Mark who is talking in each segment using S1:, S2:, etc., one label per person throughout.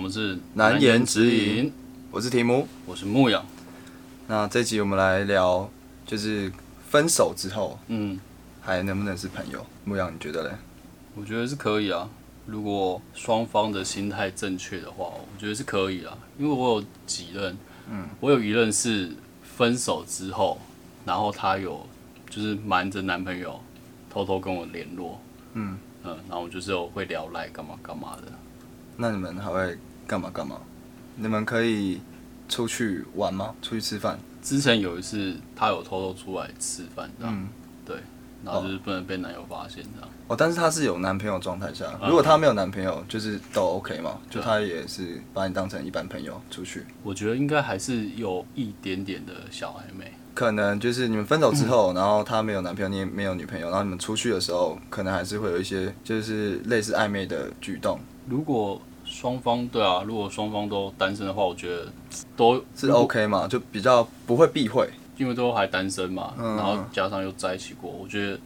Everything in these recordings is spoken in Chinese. S1: 们是
S2: 难言之隐，我是提姆。
S1: 我是牧羊。
S2: 那这集我们来聊，就是分手之后
S1: 嗯，
S2: 还能不能是朋友？牧羊，你觉得嘞？
S1: 我觉得是可以啊。如果双方的心态正确的话，我觉得是可以啊。因为我有几任，嗯，我有一任是分手之后，然后她有就是瞒着男朋友偷偷跟我联络，
S2: 嗯
S1: 嗯，然后我就是有会聊赖干嘛干嘛的。
S2: 那你们还会干嘛干嘛？你们可以出去玩吗？出去吃饭？
S1: 之前有一次，她有偷偷出来吃饭，这样、
S2: 嗯。
S1: 然后就是不能被男友发现这样。
S2: 哦，但是她是有男朋友的状态下，如果她没有男朋友，就是都 OK 嘛，就她也是把你当成一般朋友出去。
S1: 我觉得应该还是有一点点的小暧昧，
S2: 可能就是你们分手之后，然后她没有男朋友，你也没有女朋友，然后你们出去的时候，可能还是会有一些就是类似暧昧的举动，
S1: 如果双方对啊，如果双方都单身的话，我觉得都
S2: 是 OK 嘛？就比较不会避讳。
S1: 因为都还单身嘛，
S2: 嗯
S1: 然后加上又在一起过，我觉得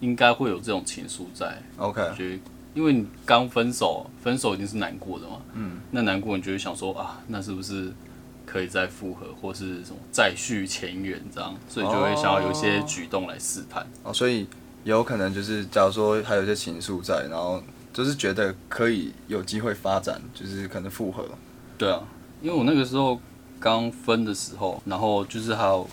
S1: 应该会有这种情愫在。
S2: OK，
S1: 我觉得，因为你刚分手，分手一定是难过的嘛，嗯，那难过你就会想说啊，那是不是可以再复合，或是什么再续前缘这样，所以就会想要有一些举动来试探。
S2: 哦，所以有可能就是，假如说还有一些情愫在，然后就是觉得可以有机会发展，就是可能复合。
S1: 对啊，因为我那个时候刚分的时候，然后就是还有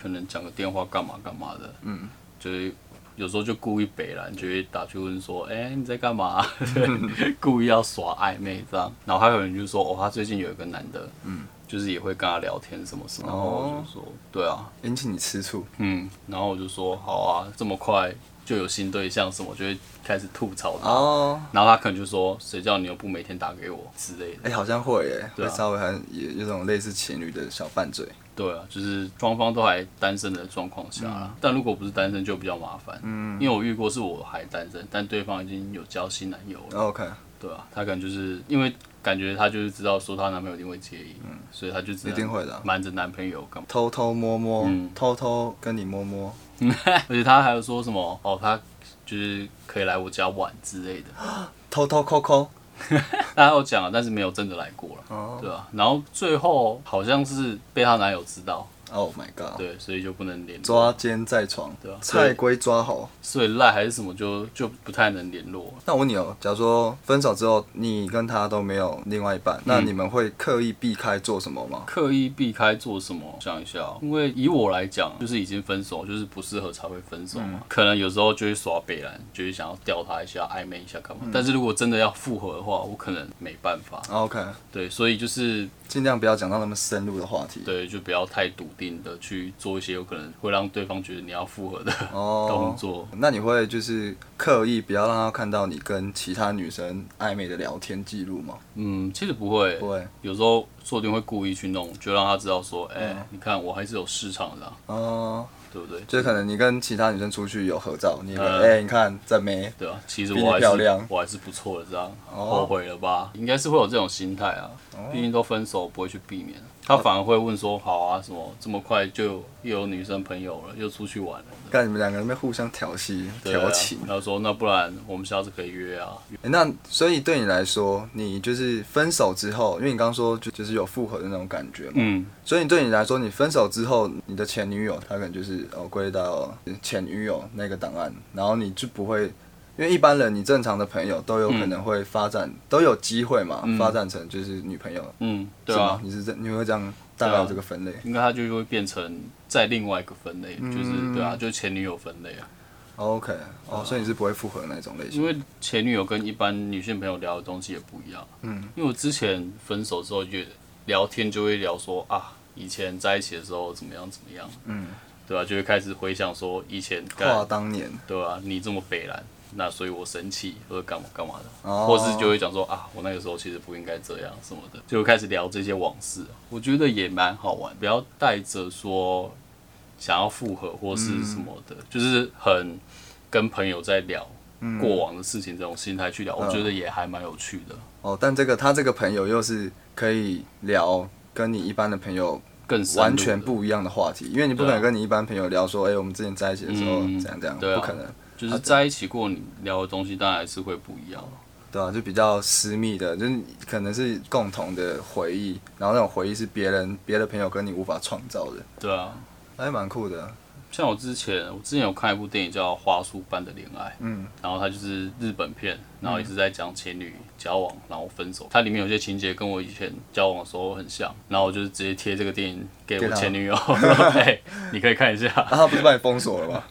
S1: 可能讲个电话干嘛干嘛的，嗯，就是有时候就故意北了，就会打去问说，哎、你在干嘛？ 对，故意要耍暧昧这样。然后还有人就说，哦，他最近有一个男的，嗯，就是也会跟他聊天什么事，然后我就说，对啊，
S2: 引起你吃醋，
S1: 嗯，然后我就说，好啊，这么快就有新对象什么，就会开始吐槽他。
S2: 哦，
S1: 然后他可能就说，谁叫你又不每天打给我之类的。
S2: 哎、好像会耶，
S1: 对
S2: 会
S1: 啊
S2: 稍微还有有种类似情侣的小犯罪。
S1: 对啊，就是双方都还单身的状况下
S2: 嗯
S1: 啦、但如果不是单身就比较麻烦。嗯，因为我遇过是我还单身，但对方已经有交新男友了。
S2: 哦 OK，
S1: 对啊，她可能就是因为感觉她就是知道说她男朋友一定会介意，所以她就只能
S2: 嗯一定会的啊
S1: 瞒着男朋友干嘛？
S2: 偷偷摸摸，
S1: 嗯
S2: 偷偷跟你摸摸，
S1: 而且她还有说什么哦，她就是可以来我家玩之类 的，
S2: 偷偷抠抠。
S1: 大家有讲啊，但是没有真的来过了。
S2: 哦
S1: 对啊，然后最后好像是被她男友知道，
S2: ，Oh my god！
S1: 对，所以就不能联络。
S2: 抓奸在床
S1: 对啊，
S2: 菜龟抓猴。
S1: 所以赖还是什么就就不太能联络。
S2: 那我问你哦，假如说分手之后你跟他都没有另外一半，那
S1: 嗯
S2: 你们会刻意避开做什么吗？
S1: 刻意避开做什么？想一下哦，因为以我来讲，就是已经分手，就是不适合才会分手嘛。可能有时候就会耍北兰，就是想要吊他一下、暧昧一下干嘛。但是如果真的要复合的话，我可能没办法。
S2: 哦 OK，
S1: 对，所以就是
S2: 尽量不要讲到那么深入的话题。
S1: 对，就不要太笃定的去做一些有可能会让对方觉得你要复合的
S2: 哦
S1: 动作。
S2: 那你会就是刻意不要让他看到你跟其他女生暧昧的聊天记录吗？
S1: 嗯，其实不会，
S2: 不会
S1: 有时候说不定会故意去弄，就让他知道说，哎、你看我还是有市场的啊、
S2: 哦、
S1: 对不对？
S2: 就是可能你跟其他女生出去有合照，你也会哎、
S1: 嗯
S2: 你看这没
S1: 对啊，其实
S2: 比你
S1: 我还
S2: 漂
S1: 是
S2: 亮
S1: 我还是不错的，这样、
S2: 哦
S1: 后悔了吧？应该是会有这种心态啊，毕竟都分手，不会去避免。啊他反而会问说：“好啊，什么这么快就有又有女生朋友了，又出去玩了
S2: 看你们两个人在互相调戏？”
S1: 对啊
S2: 调情？
S1: 然后说：“那不然我们下次可以约啊。
S2: 欸那所以对你来说，你就是分手之后，因为你刚刚说就就是有复合的那种感觉嘛”，
S1: 嗯，
S2: 所以对你来说，你分手之后，你的前女友她可能就是哦归到前女友那个档案，然后你就不会，因为一般人你正常的朋友都有可
S1: 嗯
S2: 能会发展，都有机会嘛，发展成就是女朋友，
S1: 嗯，对
S2: 是
S1: 啊
S2: 吗，你是这你会这样大概有这个分类，
S1: 应该他就会变成在另外一个分类，
S2: 嗯
S1: 就是对啊，就是前女友分类啊。
S2: OK，哦，所以你是不会复合的那种类型
S1: 因为前女友跟一般女性朋友聊的东西也不一样。嗯，因为我之前分手之后就聊天就会聊说啊，以前在一起的时候怎么样怎么样。嗯，对吧、就会开始回想说以前
S2: 话
S1: 干
S2: 当年
S1: 对吧、你这么北蓝，那所以我生气或者干嘛干嘛的，
S2: 哦
S1: 或是就会讲说啊，我那个时候其实不应该这样什么的，就会开始聊这些往事。我觉得也蛮好玩，不要带着说想要复合或是什么的，
S2: 嗯
S1: 就是很跟朋友在聊。过往的事情，这种心态去聊，
S2: 嗯
S1: 我觉得也还蛮有趣的，
S2: 哦，但这个他这个朋友又是可以聊跟你一般的朋友
S1: 更深入的
S2: 完全不一样的话题，因为你不可
S1: 对
S2: 能
S1: 啊
S2: 跟你一般朋友聊说，哎、我们之前在一起的时候
S1: 嗯
S2: 怎样怎样，
S1: 对啊
S2: 不可能。
S1: 就是在一起过，你聊的东西当然还是会不一样。
S2: 对啊，就比较私密的，就是可能是共同的回忆，然后那种回忆是别人别的朋友跟你无法创造的，
S1: 对啊，
S2: 还蛮酷的。
S1: 像我之前，我之前有看一部电影叫《花束般的恋爱》，
S2: 嗯，
S1: 然后它就是日本片，然后一直在讲情侣交往然后分手，它里面有些情节跟我以前交往的时候很像，然后我就是直接贴这个电影给
S2: 给
S1: 我
S2: 他
S1: 前女 友，哎，你可以看一下，
S2: 啊，他不是把你封锁 了吗？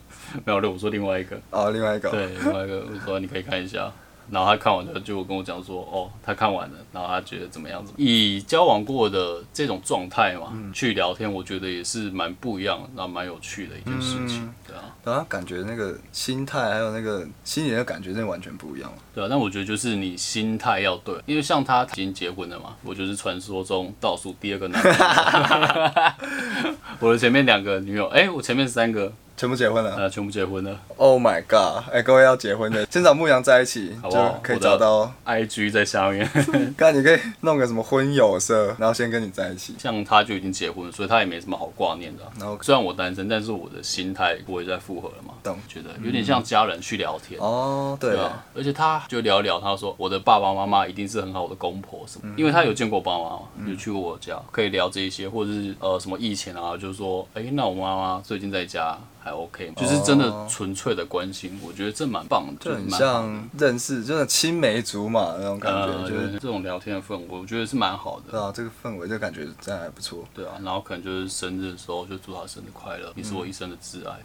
S1: 没有，对我说另外一个，
S2: 哦，另外一个，
S1: 对，另外一个我说你可以看一下。然后他看完之后就跟我讲说，哦，他看完了，然后他觉得怎么样？怎么样以交往过的这种状态嘛，
S2: 嗯
S1: 去聊天，我觉得也是蛮不一样，然后蛮有趣的一件事情，
S2: 嗯
S1: 对啊。
S2: 然后感觉那个心态还有那个心里的感觉，真的完全不一样。
S1: 对啊，但我觉得就是你心态要对，因为像他已经结婚了嘛，我就是传说中倒数第二个男人。 我的前面两个女友，哎、我前面三个，
S2: 全部结婚了
S1: 呃，全部结婚了。
S2: ，Oh my god！哎、各位要结婚的，先找牧羊在一起，
S1: 好不好
S2: 就可以找到。
S1: IG 在下面，
S2: 看你可以弄个什么婚友社，然后先跟你在一起，
S1: 像他就已经结婚了，所以他也没什么好挂念的啊、
S2: 然后
S1: 虽然我单身，但是我的心态我也在复合了嘛，
S2: 懂
S1: 觉得有点像家人去聊天。
S2: 哦，对
S1: 对
S2: 了
S1: 啊，，而且他就聊一聊，他说我的爸爸妈妈一定是很好的公婆什么，
S2: 嗯
S1: 因为他有见过我爸妈嘛，有去过我家，可以聊这一些，或者是呃什么疫情啊，就是说，哎、那我妈妈最近在家还 OK 吗？
S2: 哦
S1: 就是真的纯粹的关心，我觉得这蛮棒的，
S2: 就很
S1: 啊蛮
S2: 像认识，就是青梅竹马那种感觉，
S1: 呃，
S2: 就是
S1: 这种聊天的氛围，我觉得是蛮好
S2: 对
S1: 的。
S2: 啊，这个氛围就感觉真的还不错，
S1: 对啊，然后可能就是生日的时候就祝他生日快乐，你是我一生的挚爱。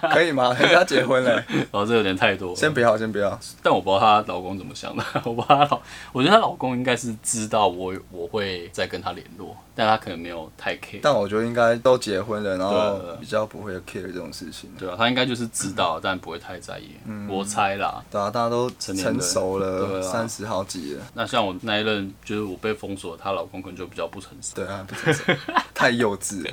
S2: 嗯可以吗？ 人家结婚了，
S1: 然后这有点太多了，
S2: 先不要，先不要，
S1: 但我不知道她老公怎么想的， 我不知道她老，我觉得她老公应该是知道我我会再跟她联络，但她可能没有太 care。
S2: 但我觉得应该都结婚了，然
S1: 对
S2: 后
S1: 对
S2: 比较不会 care 这种事情。
S1: 对啊，她应该就是知道，但不会太在意。
S2: 嗯
S1: 我猜啦。
S2: 对啊，大家都
S1: 成年人
S2: 成熟了，
S1: 对啊
S2: 三十好几了，
S1: 那像我那一任，就是我被封锁，她老公可能就比较不成熟。
S2: 对啊，不成熟，太幼稚了。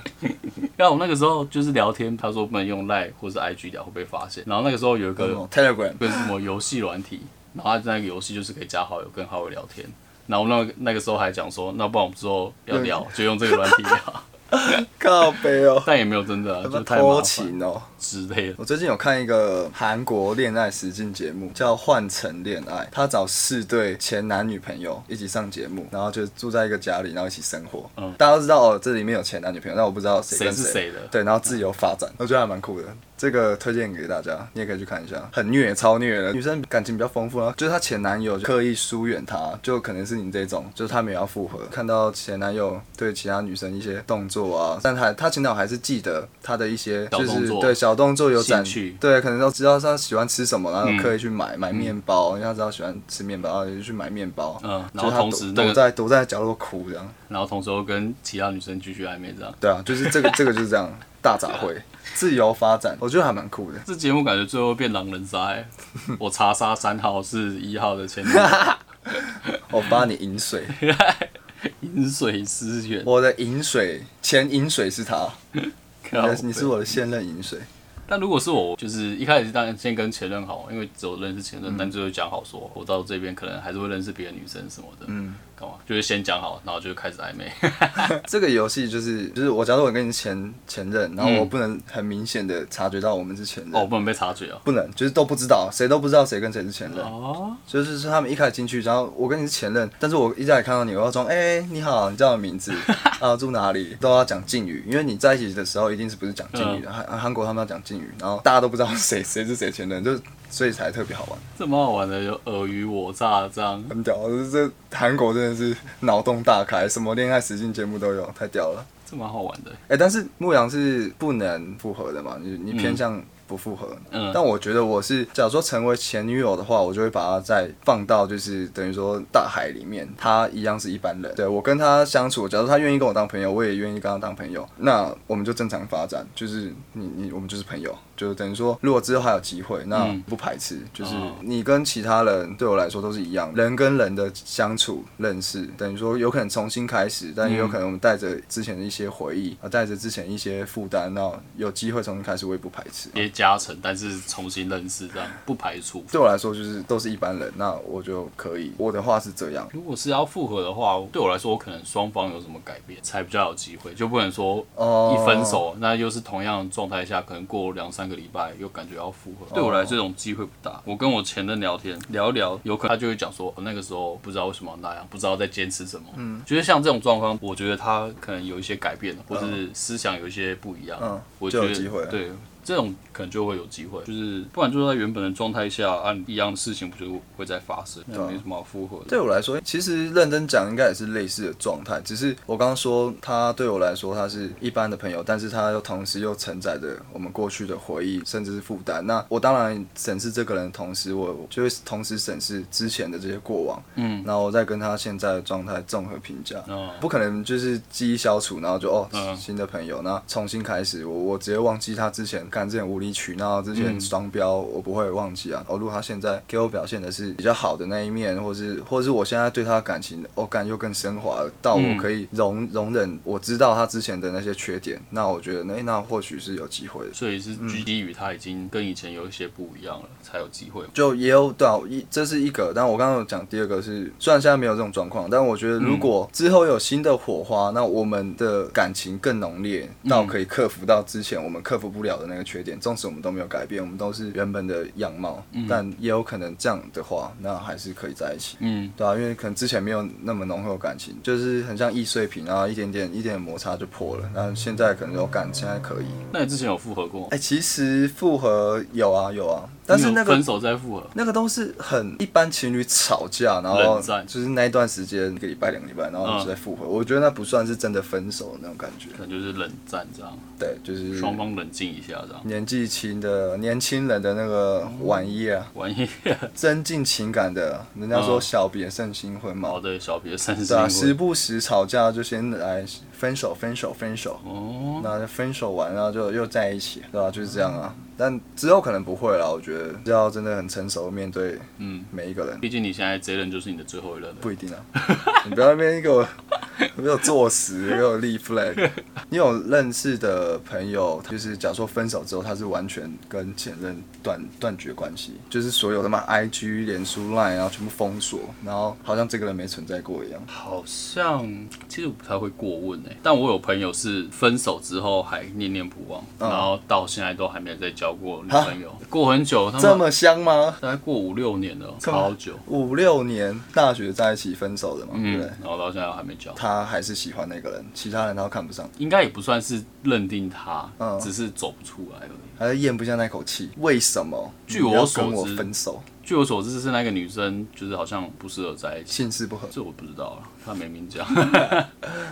S1: 那我那个时候就是聊天，她说不能用 Line 或是 IG 聊会被发现。然后那个时候有一
S2: 跟
S1: 个
S2: Telegram
S1: 一个什么游戏软体，然后她那个游戏就是可以加好友跟好友聊天。然后那个那个时候还讲说，那不然我们之后要聊就用这个软体聊，
S2: 靠背哦，
S1: 但也没有真 的啊、
S2: 要不
S1: 就
S2: 要
S1: 太麻
S2: 偷
S1: 烦
S2: 情哦？
S1: 之类的。
S2: 我最近有看一个韩国恋爱实境节目，叫《换乘恋爱》，他找四对前男女朋友一起上节目，然后就住在一个家里，然后一起生活。
S1: 嗯
S2: 大家都知道哦，这里面有前男女朋友，但我不知道谁
S1: 谁
S2: 跟
S1: 是谁的
S2: 对，然后自由发展，我觉得还蛮酷的。这个推荐给大家，你也可以去看一下，很虐，超虐的。女生感情比较丰富，然后啊就是她前男友刻意疏远她，就可能是你这种，就是她没有要复合。看到前男友对其他女生一些动作啊，但她她前男友还是记得她的一些，
S1: 小
S2: 就
S1: 动
S2: 是
S1: 作
S2: 对小动作有展
S1: 兴趣
S2: 对，可能都知道他喜欢吃什么，然后
S1: 嗯
S2: 刻意去买、买面包，因为他知道喜欢吃面包，然后就去买面包。
S1: 嗯
S2: 就
S1: 然后
S2: 他
S1: 同
S2: 躲
S1: 时那
S2: 躲
S1: 个
S2: 在躲在角落哭这样。
S1: 然后同时又跟其他女生继续暧昧这样。
S2: 对啊，就是这个这个就是这样 大杂烩，自由发展，我觉得还蛮酷的。
S1: 这节目感觉最后变狼人杀、欸，我查杀三号是一号的前女友，
S2: 我把你饮水，
S1: 饮水思 源。
S2: 我的饮水前饮水是他，你
S1: 靠
S2: 的
S1: 北
S2: 你是我的现任饮水。
S1: 但如果是我，就是一开始当然先跟前任好，因为只有认识
S2: 嗯
S1: 前任，但最后讲好说，我到这边可能还是会认识别的女生什么的，嗯，干嘛？就是先讲好，然后就开始暧昧，
S2: 这个游戏就是就是我，假如我跟你前前任，然后我不能很明显的察觉到我们是前任，
S1: 嗯哦，不能被察觉哦。
S2: 不能就是都不知道，谁都不知道谁跟谁是前任。
S1: 哦，
S2: 就是是他们一开始进去，然后我跟你是前任，但是我一开始看到你，我要装哎、你好，你叫什么名字啊？住哪里？都要讲敬语，因为你在一起的时候一定是不是讲敬语的，韩、韩国他们要讲敬语，然后大家都不知道谁谁是谁前任，就所以才特别好玩，
S1: 这蛮好玩的，有尔虞我诈这样。
S2: 很屌。这这韩国真的是脑洞大开，什么恋爱实境节目都有，太屌了。
S1: 这蛮好玩的。
S2: 哎、但是牧羊是不能复合的嘛，你你偏向不复合。
S1: 嗯
S2: 但我觉得我是，假如说成为前女友的话，我就会把她再放到就是等于说大海里面，她一样是一般人。对我跟她相处，假如她愿意跟我当朋友，我也愿意跟她当朋友，那我们就正常发展，就是你你我们就是朋友，就等于说如果之后还有机会，那
S1: 嗯
S2: 不排斥，就是
S1: 哦
S2: 你跟其他人对我来说都是一样，人跟人的相处认识，等于说有可能重新开始，但也
S1: 嗯
S2: 有可能我们带着之前的一些回忆，啊，带着之前一些负担，那有机会重新开始，我也不排斥。
S1: 别加成，但是重新认识这样，不排除。
S2: 对我来说，就是都是一般人，那我就可以。我的话是这样，
S1: 如果是要复合的话，对我来说，我可能双方有什么改变才比较有机会，就不能说
S2: 哦
S1: 一分手，那又是同样的状态下，可能过两三个礼拜又感觉要复合，对我来说这种机会不大。我跟我前任聊天聊一聊，有可能他就会讲说，我那个时候不知道为什么那样，不知道在坚持什么。嗯，就是像这种状况，我觉得他可能有一些改变，或是思想有一些不一样。
S2: 嗯
S1: 我觉
S2: 就有
S1: 得
S2: 机会了
S1: 对。这种可能就会有机会，就是不然就是在原本的状态下，按一样的事情不就会再发生，那没什么好复合的。
S2: 对我来说，其实认真讲应该也是类似的状态，只是我刚刚说他对我来说他是一般的朋友，但是他又同时又承载着我们过去的回忆，甚至是负担。那我当然审视这个人的同时，我就会同时审视之前的这些过往，
S1: 嗯，
S2: 然后我再跟他现在的状态综合评价。
S1: 嗯
S2: 不可能就是记忆消除，然后就哦、
S1: 嗯
S2: 新的朋友，那重新开始。我我直接忘记他之前干这些无理取闹，之前
S1: 嗯
S2: 双标，我不会忘记啊。哦，如果他现在给我表现的是比较好的那一面，或是或是我现在对他的感情，哦，感又更升华了，到我
S1: 嗯
S2: 可以容、容忍，我知道他之前的那些缺点，那我觉得那那或许是有机会的。
S1: 所以是狙击与他已经跟以前有一些不一样了，才有机会嘛。
S2: 就也有对、啊、一这是一个，但我刚刚有讲第二个是，虽然现在没有这种状况，但我觉得如果之后有新的火花，那我们的感情更浓烈，到可以克服到之前我们克服不了的那个缺点，纵使我们都没有改变，我们都是原本的样貌，但也有可能这样的话，那还是可以在一起。
S1: 嗯，
S2: 对啊，因为可能之前没有那么浓厚的感情，就是很像易碎品，然后一点点一点点摩擦就破了。然后现在可能有感，现在可以。
S1: 那你之前有复合过吗？
S2: 哎、其实复合有啊有啊，但是
S1: 你有
S2: 那个
S1: 分手再复合，
S2: 那个都是很一般情侣吵架，然后
S1: 冷战嗯
S2: 就是那一段时间一个礼拜两个礼拜，然后就再复合。我觉得那不算是真的分手那种感觉，
S1: 可能就是冷战这样，
S2: 对，就是
S1: 双方冷静一下这样。
S2: 年纪轻的年轻人的那个玩意啊，
S1: 玩一
S2: 增进情感的，人家说
S1: 嗯
S2: 小别胜新婚嘛，
S1: 好的小别胜
S2: 对啊，
S1: 新
S2: 时
S1: 婚。
S2: 不时吵架就先来分手，分手，分手。
S1: 哦，
S2: 那就分手完，然后就又在一起，对吧、就是这样啊。但之后可能不会了，我觉得要真的很成熟地面对
S1: 嗯，
S2: 每一个人。
S1: 毕竟你现在这一任就是你的最后一任了。
S2: 不一定啊， 你不要在那边给我 给我作死，给我立 flag。你有认识的朋友，就是假如说分手之后，他是完全跟前任断断绝关系，就是所有他妈 IG、脸书、Line，然后全部封锁，然后好像这个人没存在过一样。
S1: 好像其实我不太会过问哎、但我有朋友是分手之后还念念不忘，
S2: 嗯
S1: 然后到现在都还没有再交过女朋友，过很久，他
S2: 这
S1: 们
S2: 么香吗？
S1: 大概过五六年了，
S2: 这么
S1: 超久，
S2: 五六年大学在一起分手的嘛，对
S1: 嗯
S2: 不对？，
S1: 然后到现在还没交。
S2: 他还是喜欢那个人，其他人他都看不上，
S1: 应该也不算是认定他，
S2: 嗯
S1: 只是走不出来而已。
S2: 还是咽不下那口气。为什么？
S1: 据
S2: 你
S1: 我
S2: 要
S1: 所
S2: 跟我
S1: 知
S2: 分手，
S1: 据我所知，是那个女生就是好像不适合在一起，
S2: 性事不合。
S1: 这我不知道了，她没明讲。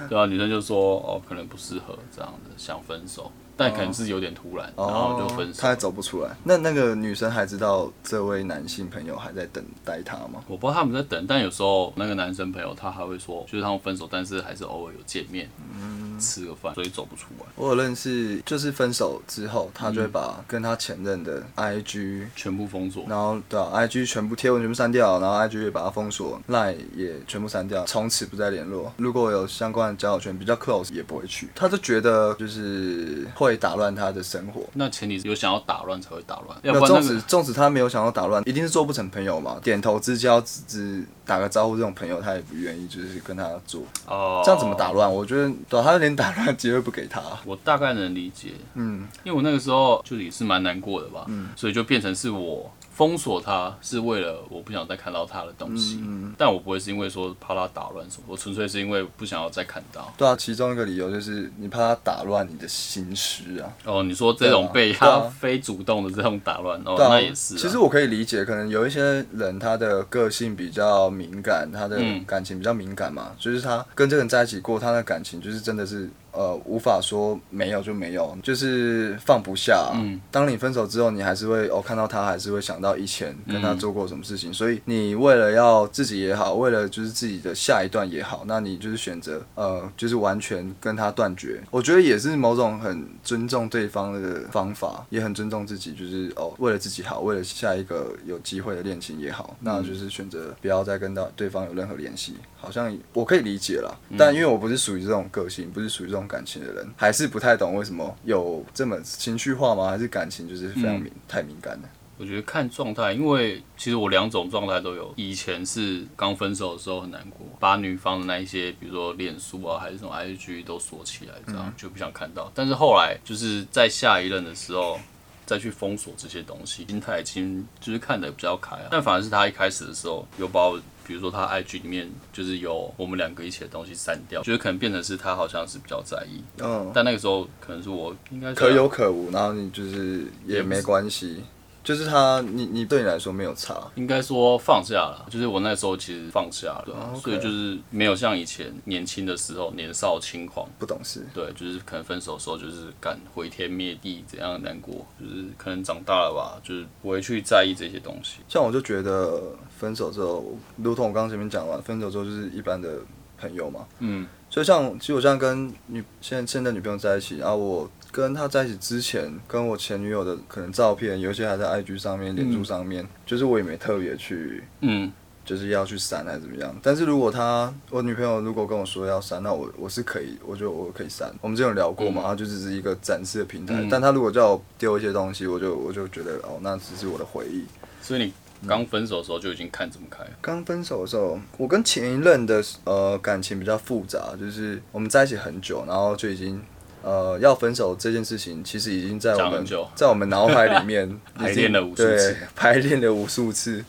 S1: 对啊，女生就说哦，可能不适合这样子，想分手，但可能是有点突然，然后就分
S2: 哦
S1: 手
S2: 他还
S1: 了。
S2: 走不出来。那那个女生还知道这位男性朋友还在等待她吗？
S1: 我不知道他们在等，但有时候那个男生朋友他还会说，就是他们分手，但是还是偶尔有见面，
S2: 嗯
S1: 吃个饭，所以走不出来。
S2: 我有认识，就是分手之后，他
S1: 嗯
S2: 就会把跟他前任的 IG，、
S1: 全部封锁，
S2: 然后对、啊、IG 全部贴文全部删掉，然后 IG 也把它封锁，Line 也全部删掉，从此不再联络。如果有相关的交友圈比较 close，也不会去。他就觉得就是会打乱他的生活。
S1: 那前提是有想要打乱才会打乱，要
S2: 那
S1: 不
S2: 纵
S1: 然那
S2: 使
S1: 个
S2: 纵使他没有想要打乱，一定是做不成朋友嘛。点头之交，只只打个招呼这种朋友，他也不愿意，就是跟他做。
S1: 哦
S2: 这样怎么打乱？我觉得，对啊他连打乱的机会不给他。
S1: 我大概能理解，
S2: 嗯，
S1: 因为我那个时候就是也是蛮难过的吧，所以就变成是我封锁他是为了我不想再看到他的东
S2: 嗯
S1: 西，但我不会是因为说怕他打乱什么，我纯粹是因为不想要再看到。
S2: 对啊，其中一个理由就是你怕他打乱你的心思啊。
S1: 哦，你说这种被
S2: 对啊
S1: 他非主动的这种打乱，哦，
S2: 对啊，
S1: 那也是啊、
S2: 其实我可以理解，可能有一些人他的个性比较敏感，他的
S1: 嗯
S2: 感情比较敏感嘛，就是他跟这个人在一起过，他的感情就是真的是呃无法说没有就没有，就是放不下、啊
S1: 嗯，
S2: 当你分手之后，你还是会哦看到他，还是会想到以前跟他做过什么事情，所以你为了要自己也好，为了就是自己的下一段也好，那你就是选择呃就是完全跟他断绝。我觉得也是某种很尊重对方的方法，也很尊重自己，就是哦为了自己好，为了下一个有机会的恋情也好，那就是选择不要再跟到对方有任何联系。好像我可以理解啦，但因为我不是属于这种个性，不是属于这种感情的人，还是不太懂为什么有这么情绪化吗？还是感情就是非常敏、太敏感了？
S1: 我觉得看状态，因为其实我两种状态都有。以前是刚分手的时候很难过，把女方的那一些，比如说脸书啊，还是什么
S2: 嗯
S1: IG 都锁起来，这样、就不想看到。但是后来就是在下一任的时候，再去封锁这些东西，心态已经就是看得比较开、啊。但反而是他一开始的时候有把我，比如说他 IG 里面就是有我们两个一起的东西删掉，就是可能变成是他好像是比较在意，
S2: 嗯，
S1: 但那个时候可能是我应该
S2: 可
S1: 算
S2: 有可无，然后你就是也没关系，就是他你你对你来说没有差，
S1: 应该说放下了，就是我那时候其实放下了，啊
S2: 哦，OK
S1: 所以就是没有像以前年轻的时候年少轻狂。
S2: 不懂事，
S1: 对，就是可能分手的时候就是敢毁天灭地怎样难过，就是可能长大了吧，就是不会去在意这些东西。
S2: 像我就觉得分手之后，如同我刚刚前面讲完，分手之后就是一般的朋友嘛。
S1: 嗯，
S2: 所以像其实我现在跟女现在现在女朋友在一起，然、后我跟她在一起之前，跟我前女友的可能照片，有一些还在 IG 上面、脸书上面，就是我也没特别去
S1: 嗯，
S2: 就是要去删还是怎么样。但是如果她我女朋友如果跟我说要删，那我我是可以，我觉得我可以删。我们之前有聊过嘛，它就只是一个展示的平台。
S1: 嗯
S2: 但她如果叫我丢一些东西，我就我就觉得哦，那只是我的回忆。
S1: 所以你刚分手的时候就已经看这么开了。
S2: 刚分手的时候，我跟前一任的呃感情比较复杂，就是我们在一起很久，然后就已经呃要分手这件事情，其实已经在我
S1: 讲
S2: 们
S1: 很久
S2: 在我们脑海里面已经
S1: 排练了无数
S2: 对
S1: 次，
S2: 排练了无数次，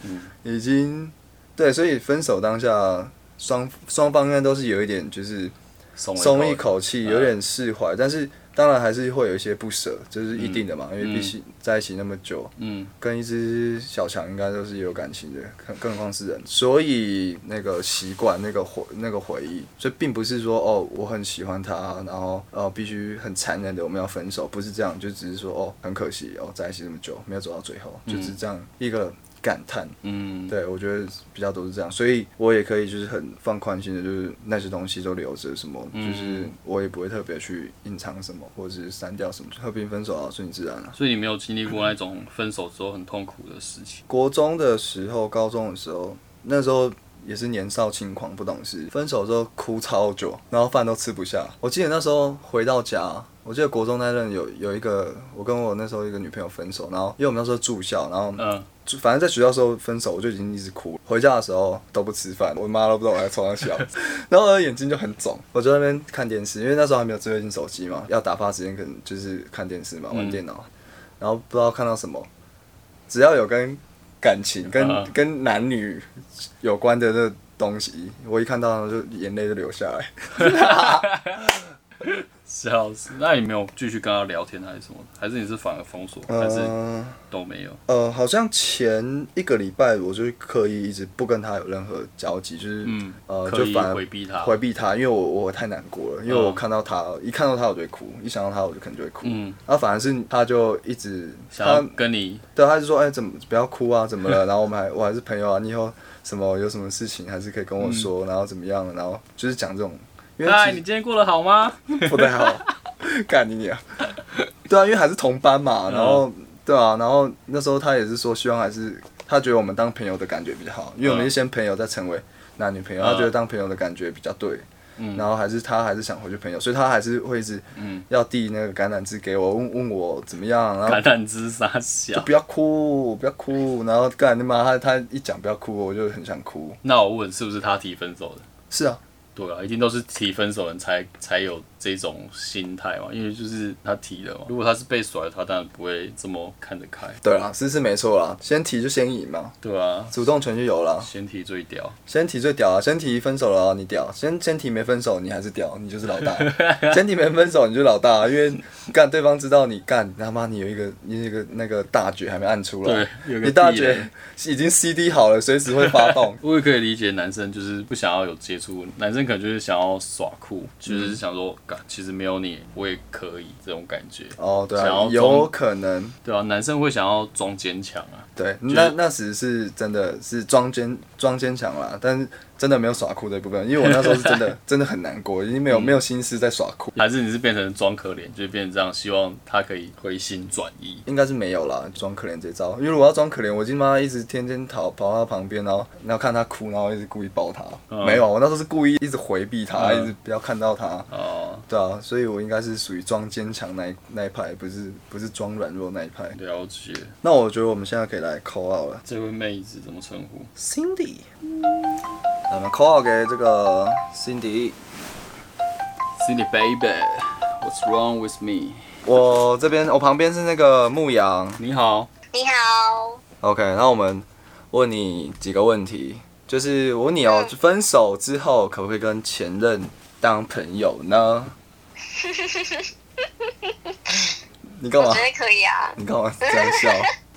S2: 已经对，所以分手当下双双方应该都是有一点就是
S1: 松了
S2: 松一
S1: 口
S2: 口气，
S1: 嗯
S2: 有点释怀，但是当然还是会有一些不舍，这、是一定的嘛，因为毕竟在一起那么久，
S1: 嗯，
S2: 跟一只小强应该都是有感情的，更更何况是人。所以那个习惯、那个回、那个回忆，所以并不是说哦，我很喜欢他，然后呃必须很残忍的我们要分手，不是这样，就只是说哦很可惜哦在一起这么久没有走到最后，就只是这样一个感叹。
S1: 嗯，
S2: 对，我觉得比较都是这样，所以我也可以就是很放宽心的，就是那些东西都留着，什么、就是我也不会特别去隐藏什么，或者是删掉什么，和平分手啊，顺其自然啊。
S1: 所以你没有经历过那种分手之后很痛苦的事情。
S2: 国中的时候，高中的时候，那时候也是年少轻狂不懂事，分手之后哭超久，然后饭都吃不下。我记得那时候回到家，我记得国中那任有有一个，我跟我那时候一个女朋友分手，然后因为我们那时候住校，然后
S1: 嗯，
S2: 就反正在学校的时候分手，我就已经一直哭了。回家的时候都不吃饭，我妈都不知道我在床上笑， 然后我的眼睛就很肿。我就在那边看电视，因为那时候还没有智慧型手机嘛，要打发时间可能就是看电视嘛，
S1: 嗯
S2: 玩电脑。然后不知道看到什么，只要有跟感情、跟、
S1: 啊
S2: 跟男女有关的这东西，我一看到就眼泪就流下来。
S1: 笑死。啊那你没有继续跟他聊天还是什么？还是你是反而封锁，还是
S2: 嗯
S1: 都没有？
S2: 呃，好像前一个礼拜我就刻意一直不跟他有任何交集，就是、
S1: 嗯
S2: 呃，
S1: 刻
S2: 就
S1: 意
S2: 反而
S1: 回避他
S2: 回避他，因为我我太难过了，因为
S1: 嗯
S2: 我看到他，一看到他我就会哭，一想到他我就可能就会哭，
S1: 嗯，
S2: 然后反而是他就一直
S1: 想
S2: 他
S1: 要跟你
S2: 对，他就说，哎、怎么不要哭啊，怎么了？然后我们还我还是朋友啊，你以后什么有什么事情还是可以跟我说，然后怎么样，然后就是讲这种，因为
S1: 嗨，
S2: 其
S1: 你今天过得好吗？
S2: 实 不太好，干你娘！对啊，因为还是同班
S1: 嗯
S2: 嘛，然后、对啊，然后那时候他也是说，希望还是他觉得我们当朋友的感觉比较好，因为我们是先朋友再成为男女朋友，
S1: 嗯
S2: 他觉得当朋友的感觉比较对。
S1: 嗯
S2: 然后还是他还是想回去朋友，所以他还是会一直
S1: 嗯
S2: 要递那个橄榄枝给我，问问我怎么样，然后
S1: 橄榄枝傻
S2: 就
S1: 笑。
S2: 不要哭，不要哭。然后干你妈，他他一讲不要哭，我就很想哭。
S1: 那我问，是不是他提分手的？
S2: 是啊，
S1: 对啊，一定都是提分手人才才有这种心态嘛，因为就是他提了嘛。如果他是被甩的，他当然不会这么看得开。
S2: 对啊，是是没错啦。先提就先赢嘛，
S1: 对啊，
S2: 主动权就有啦。
S1: 先提最屌，
S2: 先提最屌啊，先提分手了啊，你屌。先先提没分手，你还是屌，你就是老大。 先提没分手，你就是老大，啊因为干对方知道你干他妈你有一个你有一个那个大绝还没按出来，
S1: 对有个
S2: 你大
S1: 地雷
S2: 绝已经 CD 好了，随时会发
S1: 。
S2: 动
S1: 我也可以理解男生就是不想要有接触，男生可能就是想要耍酷，就是想说，干其实没有你我也可以这种感觉。
S2: 哦，对
S1: 想要
S2: 啊，
S1: 中
S2: 有可能，
S1: 对啊，男生会想要装坚强啊。
S2: 对，
S1: 是
S2: 那那时是真的是装坚装坚强啦，但是真的没有耍酷这一部分，因为我那时候是真的 真的很难过，已经没有没有心思在耍酷，
S1: 还是你是变成装可怜，就是变成这样，希望他可以回心转意。
S2: 应该是没有啦，装可怜这招，因为我要装可怜，我他妈一直天天逃跑到他旁边，然后然后看他哭，然后一直故意抱他，
S1: 嗯
S2: 没有，啊我那时候是故意一直回避他，
S1: 嗯
S2: 一直不要看到他，
S1: 哦，
S2: 对啊，所以我应该是属于装坚强那一那一派，不是不是装软弱那一派。
S1: 了解。
S2: 那我觉得我们现在可以来 call out 了
S1: 这位妹子怎么称呼？
S2: ，Cindy，我们 call out 给这个 Cindy。
S1: Cindy baby, what's wrong with me?
S2: 我这边我旁边是那个牧羊
S1: 你好，
S3: 你好，
S2: ，OK，那我们问你几个问题，就是我问你
S3: 嗯
S2: 哦，分手之后可不可以跟前任当朋友 呢？你干
S3: 我
S2: 嘛
S3: 觉？得可以啊。
S2: 你干嘛这样笑？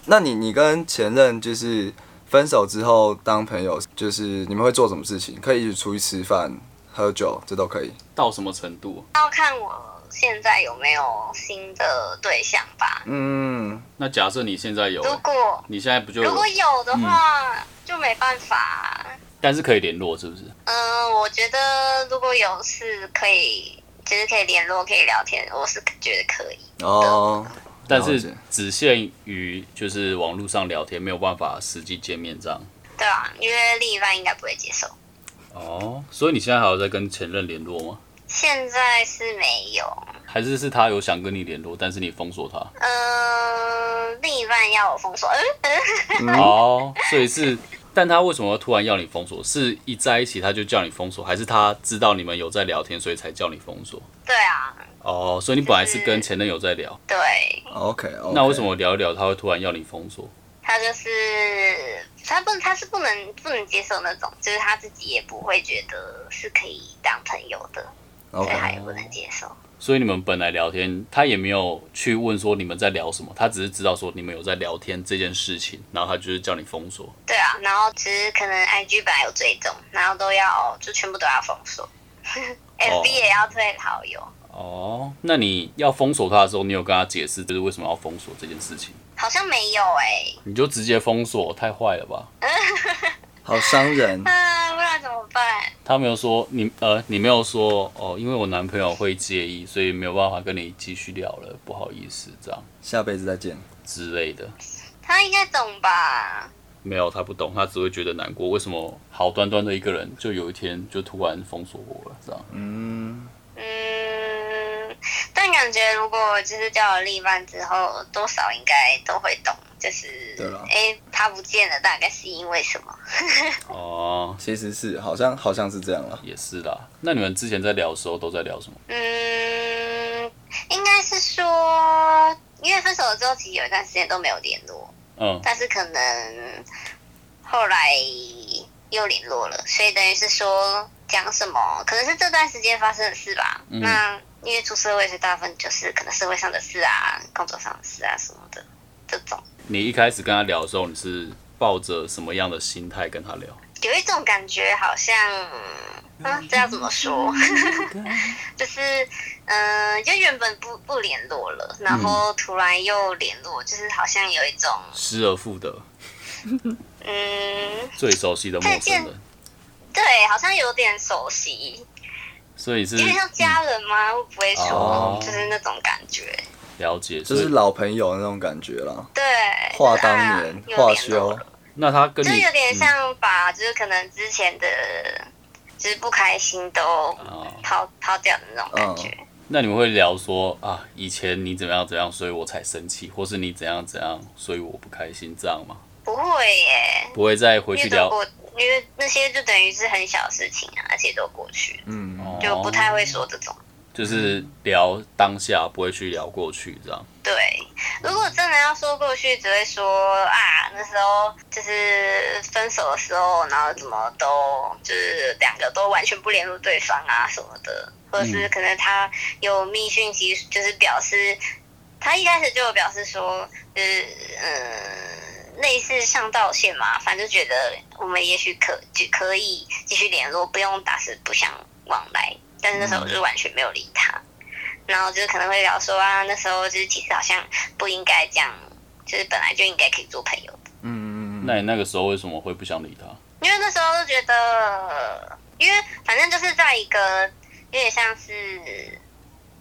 S2: 那你你跟前任就是分手之后当朋友，就是你们会做什么事情？可以一起出去吃饭、喝酒，这都可以。
S1: 到什么程度？
S3: 要看我现在有没有新的对象吧。
S2: 嗯，
S1: 那假设你现在有，
S3: 如果
S1: 你现在不就有
S3: 如？果有的话，就没办法。
S1: 但是可以联络，是不是？
S3: 嗯、我觉得如果有事可以，就是可以联络，可以聊天，我是觉得可以。
S2: 哦，
S1: 但
S2: 了
S1: 是
S2: 解
S1: 只限于就是网络上聊天，没有办法实际见面这样。
S3: 对啊，因为另一半应该不会接受。
S1: 哦，所以你现在还有在跟前任联络吗？
S3: 现在是没有，
S1: 还是是他有想跟你联络，但是你封锁他？
S3: 嗯、另一半要我封锁，嗯嗯，
S1: 哦，所以是，但他为什么突然要你封锁？是一在一起他就叫你封锁，还是他知道你们有在聊天，所以才叫你封锁？
S3: 对啊，
S1: 哦，所以你本来是跟前任有在聊，
S3: 对，
S2: OK，,
S1: 那为什？么聊一聊他会突然要你封锁？
S3: 他就是他不，他是不能不能接受那种，就是他自己也不会觉得是可以当朋友的，所以
S2: OK，
S3: 他也不能接受。
S1: 所以你们本来聊天，他也没有去问说你们在聊什么，他只是知道说你们有在聊天这件事情，然后他就是叫你封锁。
S3: 对啊，然后其实可能 IG 本来有追踪，然后都要就全部都要封锁，FB 也要退好友，
S1: 哦，那你要封锁他的时候，你有跟他解释就是为什么要封锁这件事情？
S3: 好像没有哎、
S1: 你就直接封锁，太坏了吧？
S2: 好伤人。
S3: 嗯，不然怎么办？
S1: 他没有说你呃，你没有说哦，因为我男朋友会介意，所以没有办法跟你继续聊了，不好意思，这样
S2: 下辈子再见。
S1: 之类的。
S3: 他应该懂吧？
S1: 没有，他不懂，他只会觉得难过。为什么好端端的一个人，就有一天就突然封锁我了？这样，
S2: 嗯，
S3: 嗯，但感觉如果就是交了另一半之后，多少应该都会懂，就是
S2: 对啦
S3: 哎、诶他不见了，大概是因为什么？
S1: 哦，
S2: 其实是好像好像是这样了。
S1: 也是啦。那你们之前在聊的时候都在聊什么？
S3: 嗯，应该是说，因为分手了之后，其实有一段时间都没有联络，
S1: 嗯，
S3: 但是可能后来又联络了，所以等于是说讲什么，可能是这段时间发生的事吧。
S1: 嗯
S3: 那因为出社会，所以大部分就是可能社会上的事啊、工作上的事啊什么的这种。
S1: 你一开始跟他聊的时候，你是抱着什么样的心态跟他聊？
S3: 有一种感觉，好像，嗯，这要怎么说？ 就是，嗯、就原本不不联络了，然后突然又联络，就是好像有一种，
S1: 失而复得，
S3: 嗯，
S1: 最熟悉的陌生
S3: 再
S1: 人
S3: 见，对，好像有点熟悉，
S1: 所以是
S3: 有点像家人吗？会不会说，
S1: 嗯哦
S3: 就是那种感觉？
S1: 嗯了解，
S2: 就
S1: 所
S2: 是
S1: 以
S2: 老朋友那种感觉啦。
S3: 对，
S2: 话
S3: 就是
S2: 当
S3: 啊
S2: 年，
S3: 又
S2: 话
S3: 联络
S2: 休
S3: 了，
S1: 那他跟
S3: 就
S1: 你嗯
S3: 有点像把，就是可能之前的，就是不开心都
S1: 哦
S3: 抛抛掉的那种感觉。
S1: 那你们会聊说啊，以前你怎么样怎样，所以我才生气，或是你怎样怎样，所以我不开心，这样吗？
S3: 不会耶，
S1: 不会再回
S3: 因
S1: 去
S3: 为都
S1: 聊
S3: 过，因为那些就等于是很小的事情啊，而且都过去了，
S2: 嗯，
S1: 哦
S3: 就不太会说这种。
S1: 就是聊当下，不会去聊过去这样。
S3: 对，如果真的要说过去，只会说啊，那时候就是分手的时候，然后怎么都就是两个都完全不联络对方啊什么的，或者
S1: 嗯
S3: 是可能他有密讯息，就是表示他一开始就有表示说，就是嗯，类似上道歉嘛，反正觉得我们也许可就可以继续联络，不用打死不相往来。但是那时候我就是完全没有理他，然后就是可能会聊说啊，那时候就是其实好像不应该这样，就是本来就应该可以做朋友的，
S2: 嗯嗯嗯
S1: 那你那个时候为什么会不想理他？
S3: 因为那时候都觉得，因为反正就是在一个有点像是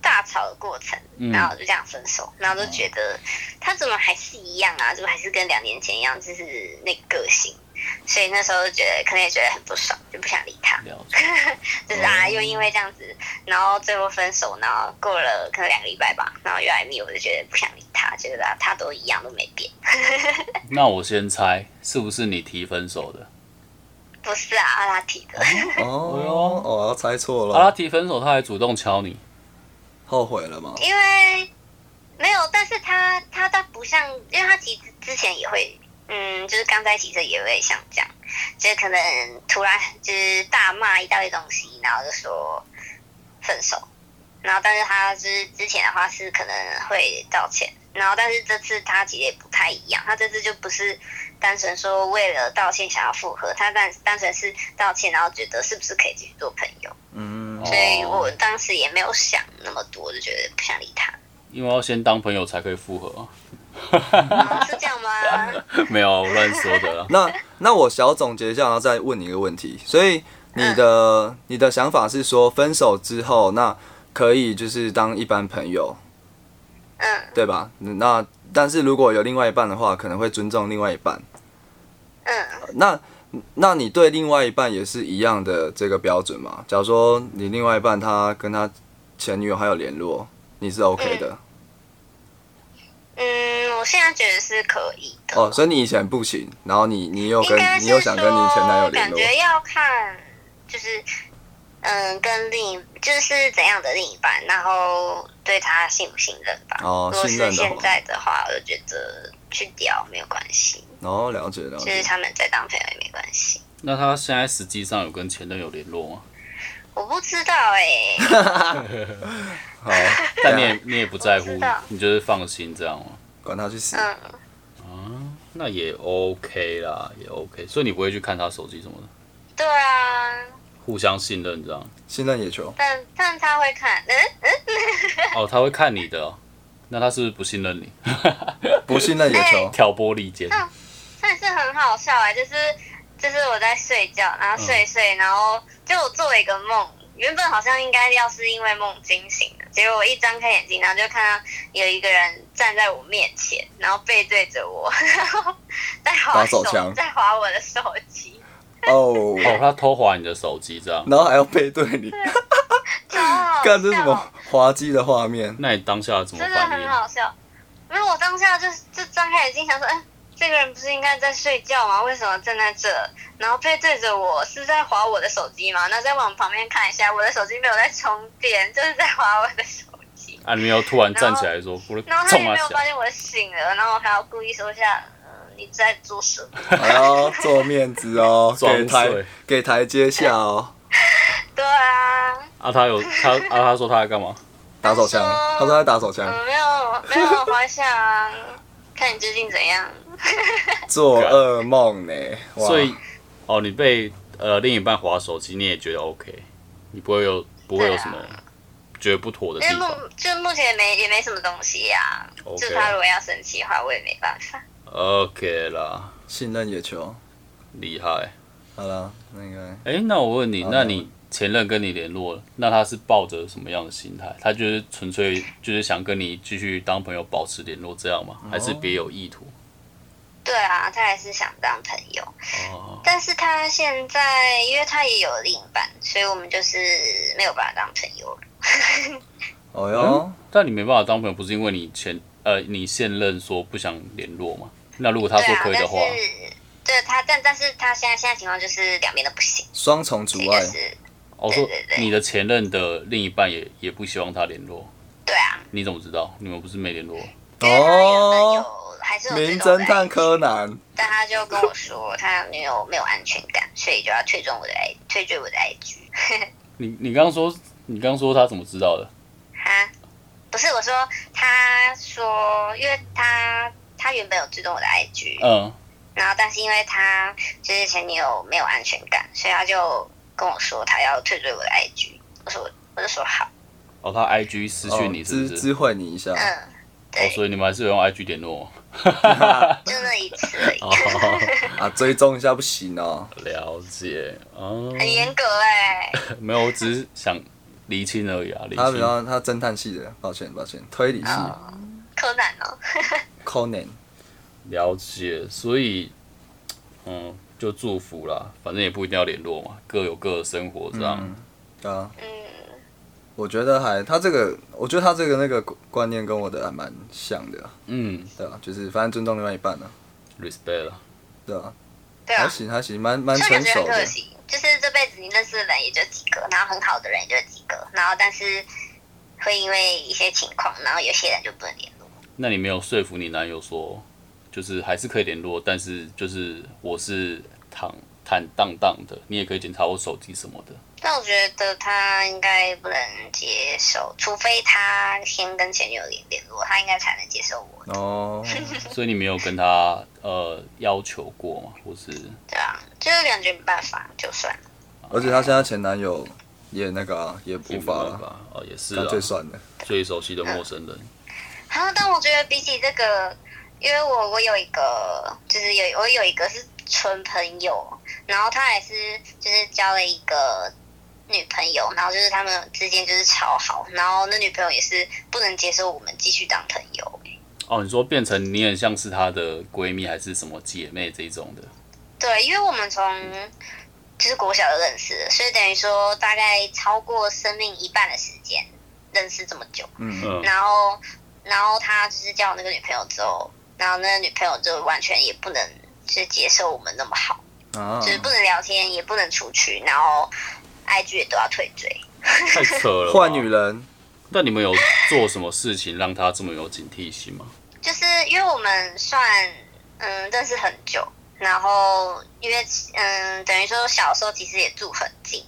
S3: 大吵的过程，
S1: 嗯
S3: 然后就这样分手，然后就觉得他怎么还是一样啊，怎么还是跟两年前一样，就是那个个性，所以那时候就觉得可能也觉得很不爽，就不想理他，
S1: 聊解，
S3: 就是啊，又因为这样子，然后最后分手，然后过了可能两个礼拜吧，然后又来密，我就觉得不想理他，觉得他都一样都没变。
S1: 那我先猜，是不是你提分手的？
S3: 不是啊，阿拉提的，
S2: 嗯，
S1: 哎呦
S2: 哦，我要猜错
S1: 啊，他
S2: 了，
S1: 提分手，他还主动敲你，
S2: 后悔了吗？
S3: 因为没有，但是他他倒不像，因为他其实之前也会，嗯，就是刚在一起这也会像这样，就是可能突然就是大骂一大堆东西，然后就说分手，然后但是他就是之前的话是可能会道歉，然后但是这次他其实也不太一样，他这次就不是单纯说为了道歉想要复合，他单单纯是道歉，然后觉得是不是可以继续做朋友，
S2: 嗯，。
S3: 所以我当时也没有想那么多，就觉得不想理他。
S1: 因为要先当朋友才可以复合啊、
S3: 哦 是这样吗？
S1: 没有啊，我乱说的啦
S2: 那那我小总结一下，然后再问你一个问题。所以你的、
S3: 嗯
S2: 你的想法是说，分手之后，那可以就是当一般朋友，
S3: 嗯
S2: 对吧？那但是如果有另外一半的话，可能会尊重另外一半。
S3: 嗯，
S2: 那那你对另外一半也是一样的这个标准吗？假如说你另外一半他跟他前女友还有联络，你是 OK 的、
S3: 嗯，我现在觉得是可以的。
S2: 哦，所以你以前不行，然后你你又
S3: 应
S2: 跟
S3: 该是
S2: 你又想跟你前男友联
S3: 感
S2: 络，
S3: 觉要看，就是嗯，跟另一就是怎样的另一半，然后对他信不信任吧。
S2: 哦
S3: 如果
S2: 信任
S3: 是
S2: 的
S3: 现
S2: 话
S3: 在的话，我就觉得去聊没有关系，
S2: 然后哦了解了
S3: 就
S2: 解
S3: 是，他们再当朋友也没关系。
S1: 那他现在实际上有跟前任有联络吗？
S3: 我不知道哎、
S2: 好，
S1: 但你也你也不在乎
S3: 我知道，
S1: 你就是放心这样吗？
S2: 管他去死。
S3: 嗯，
S1: 那也 OK 啦，也 OK。所以你不会去看他手机什么的，
S3: 对啊，
S1: 互相信任 这样。
S2: 信任野球，
S3: 但但他会看，嗯嗯，
S1: 哦，他会看你的哦、那他是不是不信任你？
S2: 不信任野球，
S1: 挑拨离间。
S3: 嗯算是很好笑哎、就是就是我在睡觉，然后睡一睡，然后就我做了一个梦，原本好像应该要是因为梦惊醒的，结果我一张开眼睛，然后就看到有一个人站在我面前，然后背对着我，然后在划
S2: 打手
S3: 手
S2: 枪
S3: 在划我的手机，
S2: 哦，
S1: 哦，他偷划你的手机这样，
S2: 然后还要背对 你，
S3: 超好
S2: 看这是什
S3: 笑
S2: 么滑稽的画面？
S1: 那你当下怎么
S3: 真的
S1: 反
S3: 很
S1: 应？
S3: 好笑。没有，我当下就就张开眼睛想说，嗯、这个人不是应该在睡觉吗？为什么站在这？然后背对着我，是在划我的手机吗？那再往旁边看一下，我的手机没有在充电， 就是在划我的手机。
S1: 啊，你没有突然站起来说，不是
S3: 然后他
S1: 冲啊他
S3: 也没
S1: 小
S3: 有发，现我醒了，然后我还要故意说一下，嗯，你在做什么？
S2: 还要做面子 哦，
S1: 装
S2: 给台
S1: 睡
S2: 给台阶下哦，
S3: 对啊，
S1: 啊，他有他啊，他说他在干嘛？
S2: 打手枪，他
S3: 他说
S2: 说他打手枪，
S3: 嗯，没有 没有划一下啊，看你最近怎样。
S2: 做噩梦呢，哇
S1: 所以，哦，你被呃另一半划手机，你也觉得 OK，你不会有不会有什么觉得不妥的
S3: 啊因为
S1: 地
S3: 目
S1: 方。
S3: 就目前也没也没什么东西呀、
S1: OK
S3: 就是他如果要生气的话，我也没办法。
S1: OK 啦，
S2: 信任野球，
S1: 厉害。
S2: 好了，那个
S1: 哎、那我问你，
S2: 好
S1: 那你前任跟你联络了，那他是抱着什么样的心态？他就是纯粹就是想跟你继续当朋友，保持联络这样吗？还是别有意图？
S3: 对啊，他还是想当朋友，
S1: 哦，
S3: 但是他现在因为他也有另一半，所以我们就是没有把他当朋友了。
S2: 哦哟，
S1: 但你没办法当朋友，不是因为你前呃你现任说不想联络吗？那如果他
S3: 对
S1: 说
S3: 啊，
S1: 可以
S3: 但
S1: 的
S3: 是
S1: 话，
S3: 对他，但但是他现在现在情况就是两边都不行，
S2: 双重阻
S3: 这
S2: 碍
S3: 个，是
S1: 我哦说
S3: 对对对
S1: 你的前任的另一半也也不希望他联络，
S3: 对啊，
S1: 你怎么知道？你们不是没联络？
S3: 因为他原本
S2: 哦，
S3: 有还是有追
S2: 名
S3: 踪我的
S2: 侦探
S3: IG
S2: 柯南，
S3: 但他就跟我说他女友没有安全感，所以就要退踪我的 I 退追我的 IG。
S1: 你你刚刚说你刚刚说他怎么知道的？
S3: 啊，不是我说，他说，因为他他原本有追踪我的 IG，、
S1: 嗯，
S3: 然后但是因为他就是前女友没有安全感，所以他就跟我说他要退追我的 IG，我说我我就说好，
S1: 哦，他 IG 私讯你
S2: 哦
S1: 是
S2: 知
S1: 不是？
S2: 知会你一下，
S3: 嗯，
S1: 哦，
S3: 对，
S1: 所以你们还是有用 IG 联络哦。
S3: 嗯就那一次而已，
S1: 哦，
S2: 啊，追踪一下不行哦，
S1: 了解哦，
S3: 很严格哎、
S1: 没有，我只是想厘清而已啊，厘
S2: 他比
S1: 清。
S2: 较他侦探系的，抱歉抱歉，推理系
S3: 哦，柯南哦，
S2: Conan，
S1: 了解，所以嗯，就祝福啦，反正也不一定要联络嘛，各有各的生活这样。
S2: 嗯，对啊。
S3: 嗯，
S2: 我觉得还他这个，我觉得他这个那个观念跟我的还蛮像的啊，
S1: 嗯
S2: 对吧、就是反正尊重另外一半呢、
S1: ，respect 啦。
S2: 对吧、
S3: 对
S2: 还
S3: 啊，
S2: 行还行，蛮蛮
S3: 就感
S2: 成
S3: 觉很
S2: 熟
S3: 可
S2: 的。
S3: 惜，就是这辈子你认识的人也就几个，然后很好的人也就几个，然后但是会因为一些情况，然后有些人就不能联络。
S1: 那你没有说服你男友说，就是还是可以联络，但是就是我是坦坦荡荡的，你也可以检查我手机什么的。
S2: 嗯
S3: 但我觉得他应该不能接受，除非他先跟前女友联联络，他应该才能接受我，
S2: 哦，
S1: 所以你没有跟他呃要求过嘛，或是
S3: 对啊，就是感觉没办法，就算了。
S2: 而且她现在前男友也那个啊，也
S1: 也没
S2: 无法
S1: 办
S2: 了，
S1: 法哦，也是啊
S2: 干，脆算了。
S1: 最熟悉的陌生人，
S3: 然后，但我觉得比起这个，因为我我有一个，就是有我有一个是纯朋友，然后他也是就是交了一个女朋友，然后就是他们之间就是超好，然后那女朋友也是不能接受我们继续当朋友。
S1: 哦，你说变成你很像是她的闺蜜还是什么姐妹这一种的，
S3: 对，因为我们从就是国小就认识了，所以等于说大概超过生命一半的时间认识这么久。
S2: 嗯，
S1: 嗯，
S3: 然后，然后他就是交我那个女朋友之后，然后那个女朋友就完全也不能就是接受我们那么好，
S1: 嗯
S2: 啊
S3: 就是不能聊天，也不能出去，然后 IG 也都要退追。
S1: 太扯了，
S2: 坏女。人，
S1: 那你们有做什么事情让她这么有警惕心吗？
S3: 就是因为我们算嗯认识很久，然后因为嗯等于说小时候其实也住很近，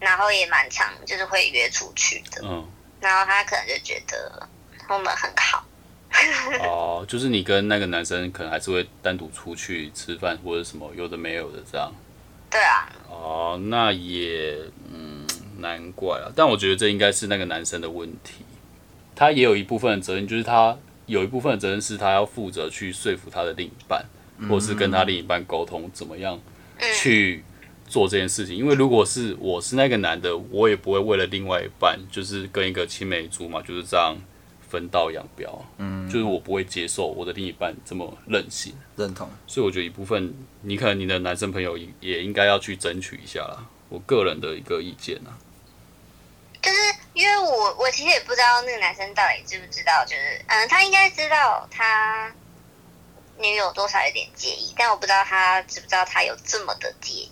S3: 然后也蛮常就是会约出去的，
S1: 嗯，
S3: 然后他可能就觉得我们很好，
S1: 哦，就是你跟那个男生可能还是会单独出去吃饭或者什么，有的没有的这样。
S3: 对啊，
S1: 哦，那也嗯，难怪啊。但我觉得这应该是那个男生的问题，他也有一部分的责任，就是他有一部分的责任是他要负责去说服他的另一半，或者是跟他另一半沟通怎么样
S3: 嗯
S1: 去做这件事情。因为如果是我是那个男的，我也不会为了另外一半，就是跟一个青梅竹马就是这样分道扬镳啊。
S2: 嗯，
S1: 就是我不会接受我的另一半这么任性。
S2: 认同。
S1: 所以我觉得一部分，你可能你的男生朋友也也应该要去争取一下啦。我个人的一个意见啊，
S3: 就是因为我我其实也不知道那个男生到底知不知道，就是嗯，他应该知道他女友多少有点介意，但我不知道他知不知道他有这么的介意，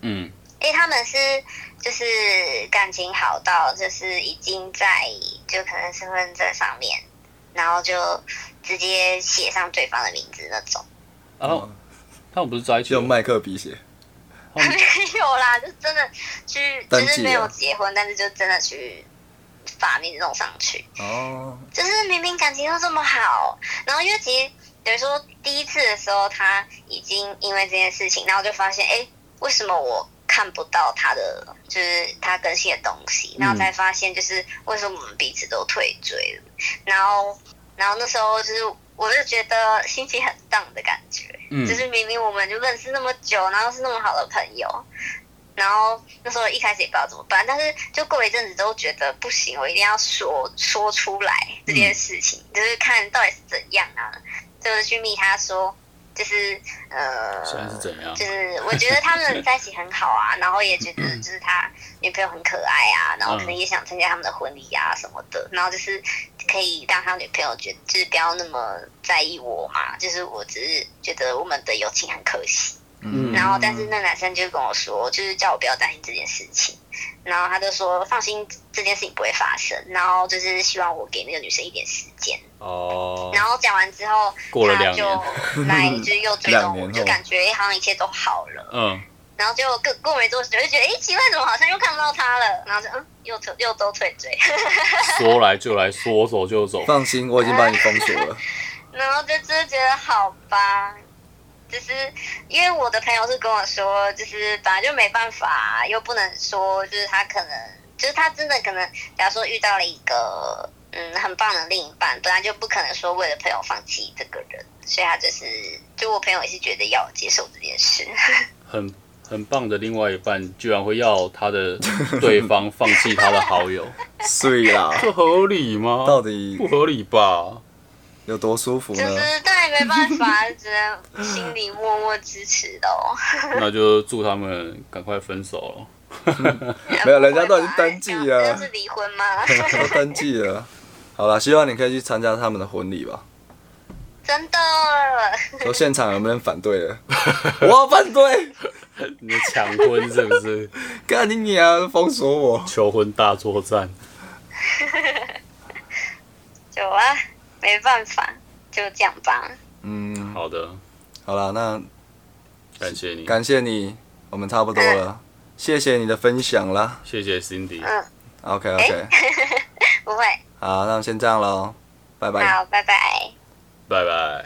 S1: 嗯，
S3: 因为他们是就是感情好到就是已经在就可能身份证上面，然后就直接写上对方的名字那种，
S1: 然
S2: 哦
S1: 后啊他们不是在一起了
S2: 用
S1: 吗，
S2: 麦克笔写，
S3: 没有啦，就真的去就
S2: 登记
S3: 是啊没有
S2: 了
S3: 结婚，嗯但是就真的去把名字弄上去。
S2: 哦，
S3: 就是明明感情都这么好，然后因为其实等于说第一次的时候，他已经因为这件事情，然后就发现，哎，为什么我看不到他的，就是他更新的东西，然后才发现，就是为什么我们彼此都退追了，然后，然后那时候就是我就觉得心情很荡的感觉，
S1: 嗯
S3: 就是明明我们就认识那么久，然后是那么好的朋友，然后那时候一开始也不知道怎么办，但是就过一阵子都觉得不行，我一定要说说出来这件事情，就是看到底是怎样啊，就是去密他说，就是呃，
S1: 现在是怎样
S3: 就？是我觉得他们在一起很好啊，然后也 觉得就是他女朋友很可爱啊，然后可能也想参加他们的婚礼啊什么的，然后就是可以让他女朋友觉得就是不要那么在意我嘛，就是我只是觉得我们的友情很可惜。
S1: 嗯
S3: 然后但是那男生就跟我说，就是叫我不要担心这件事情，然后他就说放心，这件事情不会发生，然后就是希望我给那个女生一点时间。
S1: 哦，
S3: 然后讲完之后，
S1: 过了两
S3: 他就来就是又追
S2: 两
S3: 踪
S2: 年
S3: 我，
S2: 后
S3: 就感觉好像一切都好了。
S1: 嗯，
S3: 然后就过过没多久就觉得，哎，奇怪，怎么好像又看不到他了？然后就嗯，又退又都退追，
S1: 说来就来，说走就走。
S2: 放心，我已经把你封锁 了。
S3: 然后就真的觉得好吧，就是因为我的朋友是跟我说，就是本来就没办法，又不能说，就是他可能，就是他真的可能，假如说遇到了一个嗯很棒的另一半，本来就不可能说为了朋友放弃这个人，所以他就是，就我朋友也是觉得要接受这件事。
S1: 很很棒的另外一半，居然会要他 的对方放弃他的好友，
S2: 睡啦，
S1: 这合理吗？
S2: 到底
S1: 不合理吧？
S2: 有多舒服
S3: 就
S2: 呢？
S3: 是但也没办法，只能心里默默支持的哦。
S1: 那就祝他们赶快分手了。
S2: 没有人家都已经登记了
S3: 这是离婚 吗？
S2: 都登记了。好啦，希望你可以去参加他们的婚礼吧。
S3: 真的，
S2: 说现场有没有人反对 了？我要反对，
S1: 你的抢婚是不是？
S2: 干你娘，封锁我！
S1: 求婚大作战。
S3: 有啊，没办法，就这样吧。
S2: 嗯，
S1: 好的，
S2: 好了，那
S1: 感谢你，
S2: 感谢你，我们差不多了，谢谢你的分享啦。
S1: 谢谢 Cindy，
S2: OK OK，
S3: 不会，
S2: 好，那我们先这样喽，拜拜。
S3: 好，拜拜。
S1: 拜拜。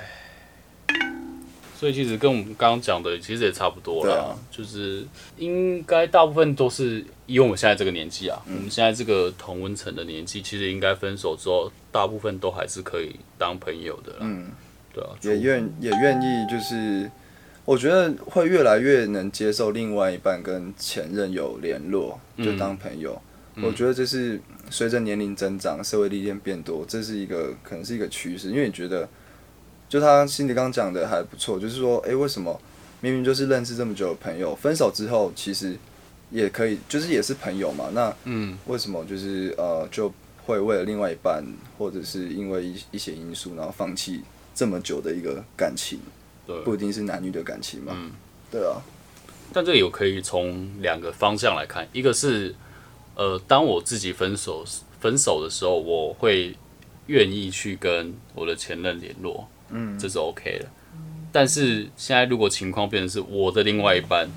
S1: 所以其实跟我们刚刚讲的其实也差不多
S2: 对
S1: 了，
S2: 啊
S1: 就是应该大部分都是以我们现在这个年纪啊，
S2: 嗯
S1: 我们现在这个同温层的年纪，其实应该分手之后，大部分都还是可以当朋友的啦。
S2: 嗯，
S1: 对啊，
S2: 也
S1: 除
S2: 愿也愿意，就是我觉得会越来越能接受另外一半跟前任有联络，就当朋友。我觉得这是随着年龄增长、社会历练变多，这是一个可能是一个趋势。因为你觉得，就他心里刚刚讲的还不错，就是说，诶，为什么明明就是认识这么久的朋友，分手之后其实也可以，就是也是朋友嘛？那
S1: 嗯，
S2: 为什么就是呃就会为了另外一半，或者是因为一一些因素，然后放弃这么久的一个感情，
S1: 对，
S2: 不一定是男女的感情嘛？
S1: 嗯
S2: 对啊，
S1: 但这里我可以从两个方向来看，一个是，呃，当我自己分手分手的时候，我会愿意去跟我的前任联络，嗯，这是 OK 的。但是现在如果情况变成是我的另外一半，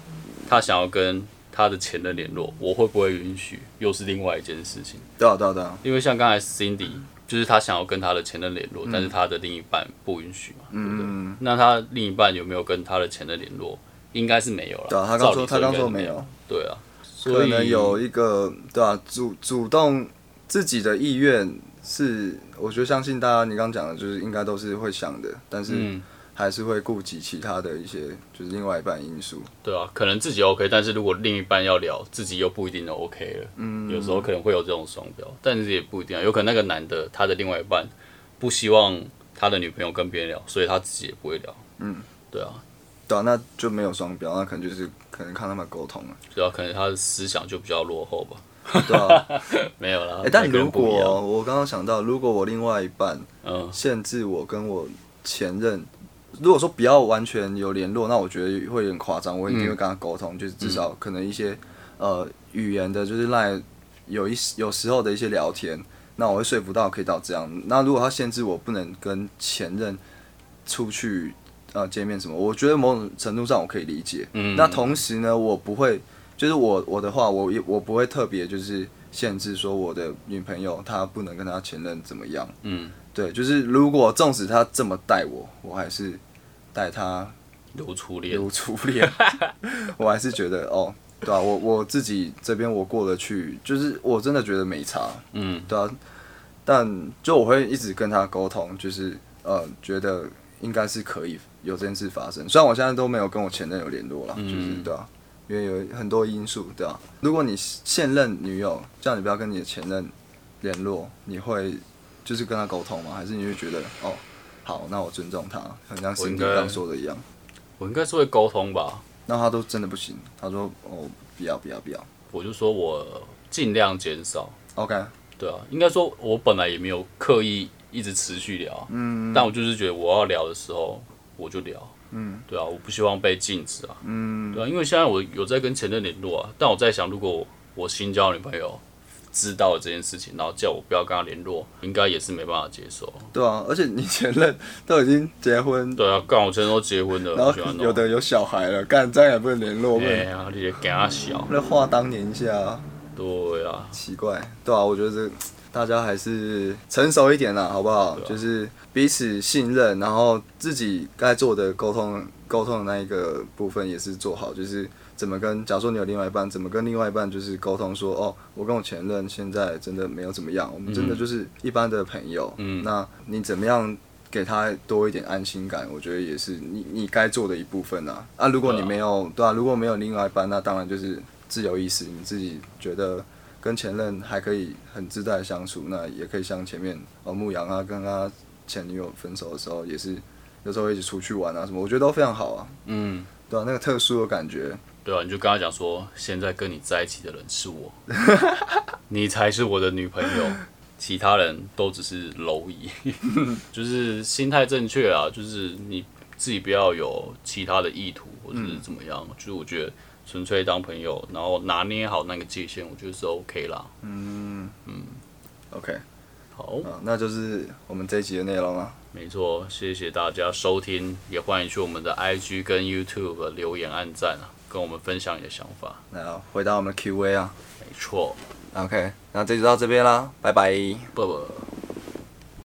S1: 他想要跟他的前任联络，我会不会允许，又是另外一件事情。
S2: 对啊，对啊，对啊，
S1: 因为像刚才 Cindy，就是他想要跟他的前任联络，但是他的另一半不允许嘛，对不对？
S2: 嗯，
S1: 那他另一半有没有跟他的前任联络？应该是没有了。
S2: 对啊，他刚
S1: 照
S2: 说
S1: 理
S2: 他刚
S1: 应该
S2: 说
S1: 是
S2: 没
S1: 没
S2: 有，，
S1: 对啊，所
S2: 可
S1: 以
S2: 能有一个对啊主主动自己的意愿是，我觉得相信大家你刚讲的，就是应该都是会想的，但是
S1: 嗯，
S2: 还是会顾及其他的一些就是另外一半因素，
S1: 对啊，可能自己 OK，但是如果另一半要聊，自己又不一定能 OK 了。
S2: 嗯，
S1: 有时候可能会有这种双标，但是也不一定啊，有可能那个男的他的另外一半不希望他的女朋友跟别人聊，所以他自己也不会聊。
S2: 嗯，
S1: 对啊，
S2: 对啊，那就没有双标，那可能就是可能看他们沟通了，
S1: 对啊，可能他的思想就比较落后吧。
S2: 对啊。
S1: 没有啦，
S2: 哎、但
S1: 每个
S2: 如
S1: 人不一
S2: 果
S1: 样，
S2: 我刚刚想到，如果我另外一半
S1: 嗯，
S2: 限制我跟我前任，如果说不要完全有联络，那我觉得会有点夸张。我一定会跟他沟通，就是至少可能一些呃语言的，就是赖有一有时候的一些聊天，那我会说服到可以到这样。那如果他限制我不能跟前任出去呃见面什么，我觉得某种程度上我可以理解。
S1: 嗯
S2: 那同时呢，我不会就是我我的话，我也我不会特别就是限制说我的女朋友她不能跟她前任怎么样。
S1: 嗯，
S2: 对，就是如果纵使她这么待我，我还是待她
S1: 有初恋，
S2: 如初恋， 我还是觉得哦，对啊，我我自己这边我过得去，就是我真的觉得没差，
S1: 嗯，
S2: 对啊，但就我会一直跟她沟通，就是呃，觉得应该是可以有这件事发生，虽然我现在都没有跟我前任有联络了，
S1: 嗯
S2: 就是对啊。因为有很多因素，对啊。如果你现任女友叫你不要跟你的前任联络，你会就是跟她沟通吗？还是你会觉得哦，好，那我尊重她，很像
S1: 我应
S2: Cindy
S1: 该
S2: 刚说的一样？
S1: 我应该是会沟通吧。
S2: 那他都真的不行，他说哦不要不要不要
S1: 我就说我尽量减少，
S2: ，OK，
S1: 对啊，应该说我本来也没有刻意一直持续聊，嗯，但我就是觉得我要聊的时候我就聊，嗯，对啊，我不希望被禁止啊，嗯，对啊，因为现在我有在跟前任联络啊，但我在想，如果我新交的女朋友知道了这件事情，然后叫我不要跟她联络，应该也是没办法接受，
S2: 对啊，而且你前任都已经结婚，
S1: 对啊，干我前任都结婚了，
S2: 然
S1: 我
S2: 后
S1: 喜欢哦
S2: 有的有小孩了，干这样也不能联络，不
S1: 哎
S2: 能
S1: 呀，你也给他小，
S2: 那话当年一下，
S1: 对啊，
S2: 奇怪，对啊，我觉得这大家还是成熟一点啦，好不好？
S1: 对啊
S2: 就是彼此信任，然后自己该做的沟通沟通的那一个部分也是做好，就是怎么跟，假如说你有另外一半，怎么跟另外一半就是沟通说，哦，我跟我前任现在真的没有怎么样，我们真的就是一般的朋友，
S1: 嗯
S2: 那你怎么样？给他多一点安心感，我觉得也是你你该做的一部分啊。啊，如果你
S1: 对啊
S2: 没有对啊，如果没有另外一半，那当然就是自由意识，你自己觉得跟前任还可以很自在的相处，那也可以像前面呃牧羊啊，跟他前女友分手的时候，也是有时候一起出去玩啊什么，我觉得都非常好啊，
S1: 嗯。
S2: 对啊，那个特殊的感觉，
S1: 对啊，你就跟他讲说，现在跟你在一起的人是 我，你才是我的女朋友，其他人都只是蝼 蚁。就是心态正确啊，就是你自己不要有其他的意图或者是怎么
S2: 嗯
S1: 样。就是我觉得纯粹当朋友，然后拿捏好那个界限，我觉得是 OK 啦。
S2: OK，
S1: 好，
S2: 啊，那就是我们这一集的内容啊了。
S1: 没错，谢谢大家收听，也欢迎去我们的 IG 跟 YouTube 留言、按赞啊，跟我们分享你的想法。
S2: 那回到我们的 Q&A 啊
S1: 没错，
S2: ，OK，那这集就到这边啦，拜拜。
S1: 不不。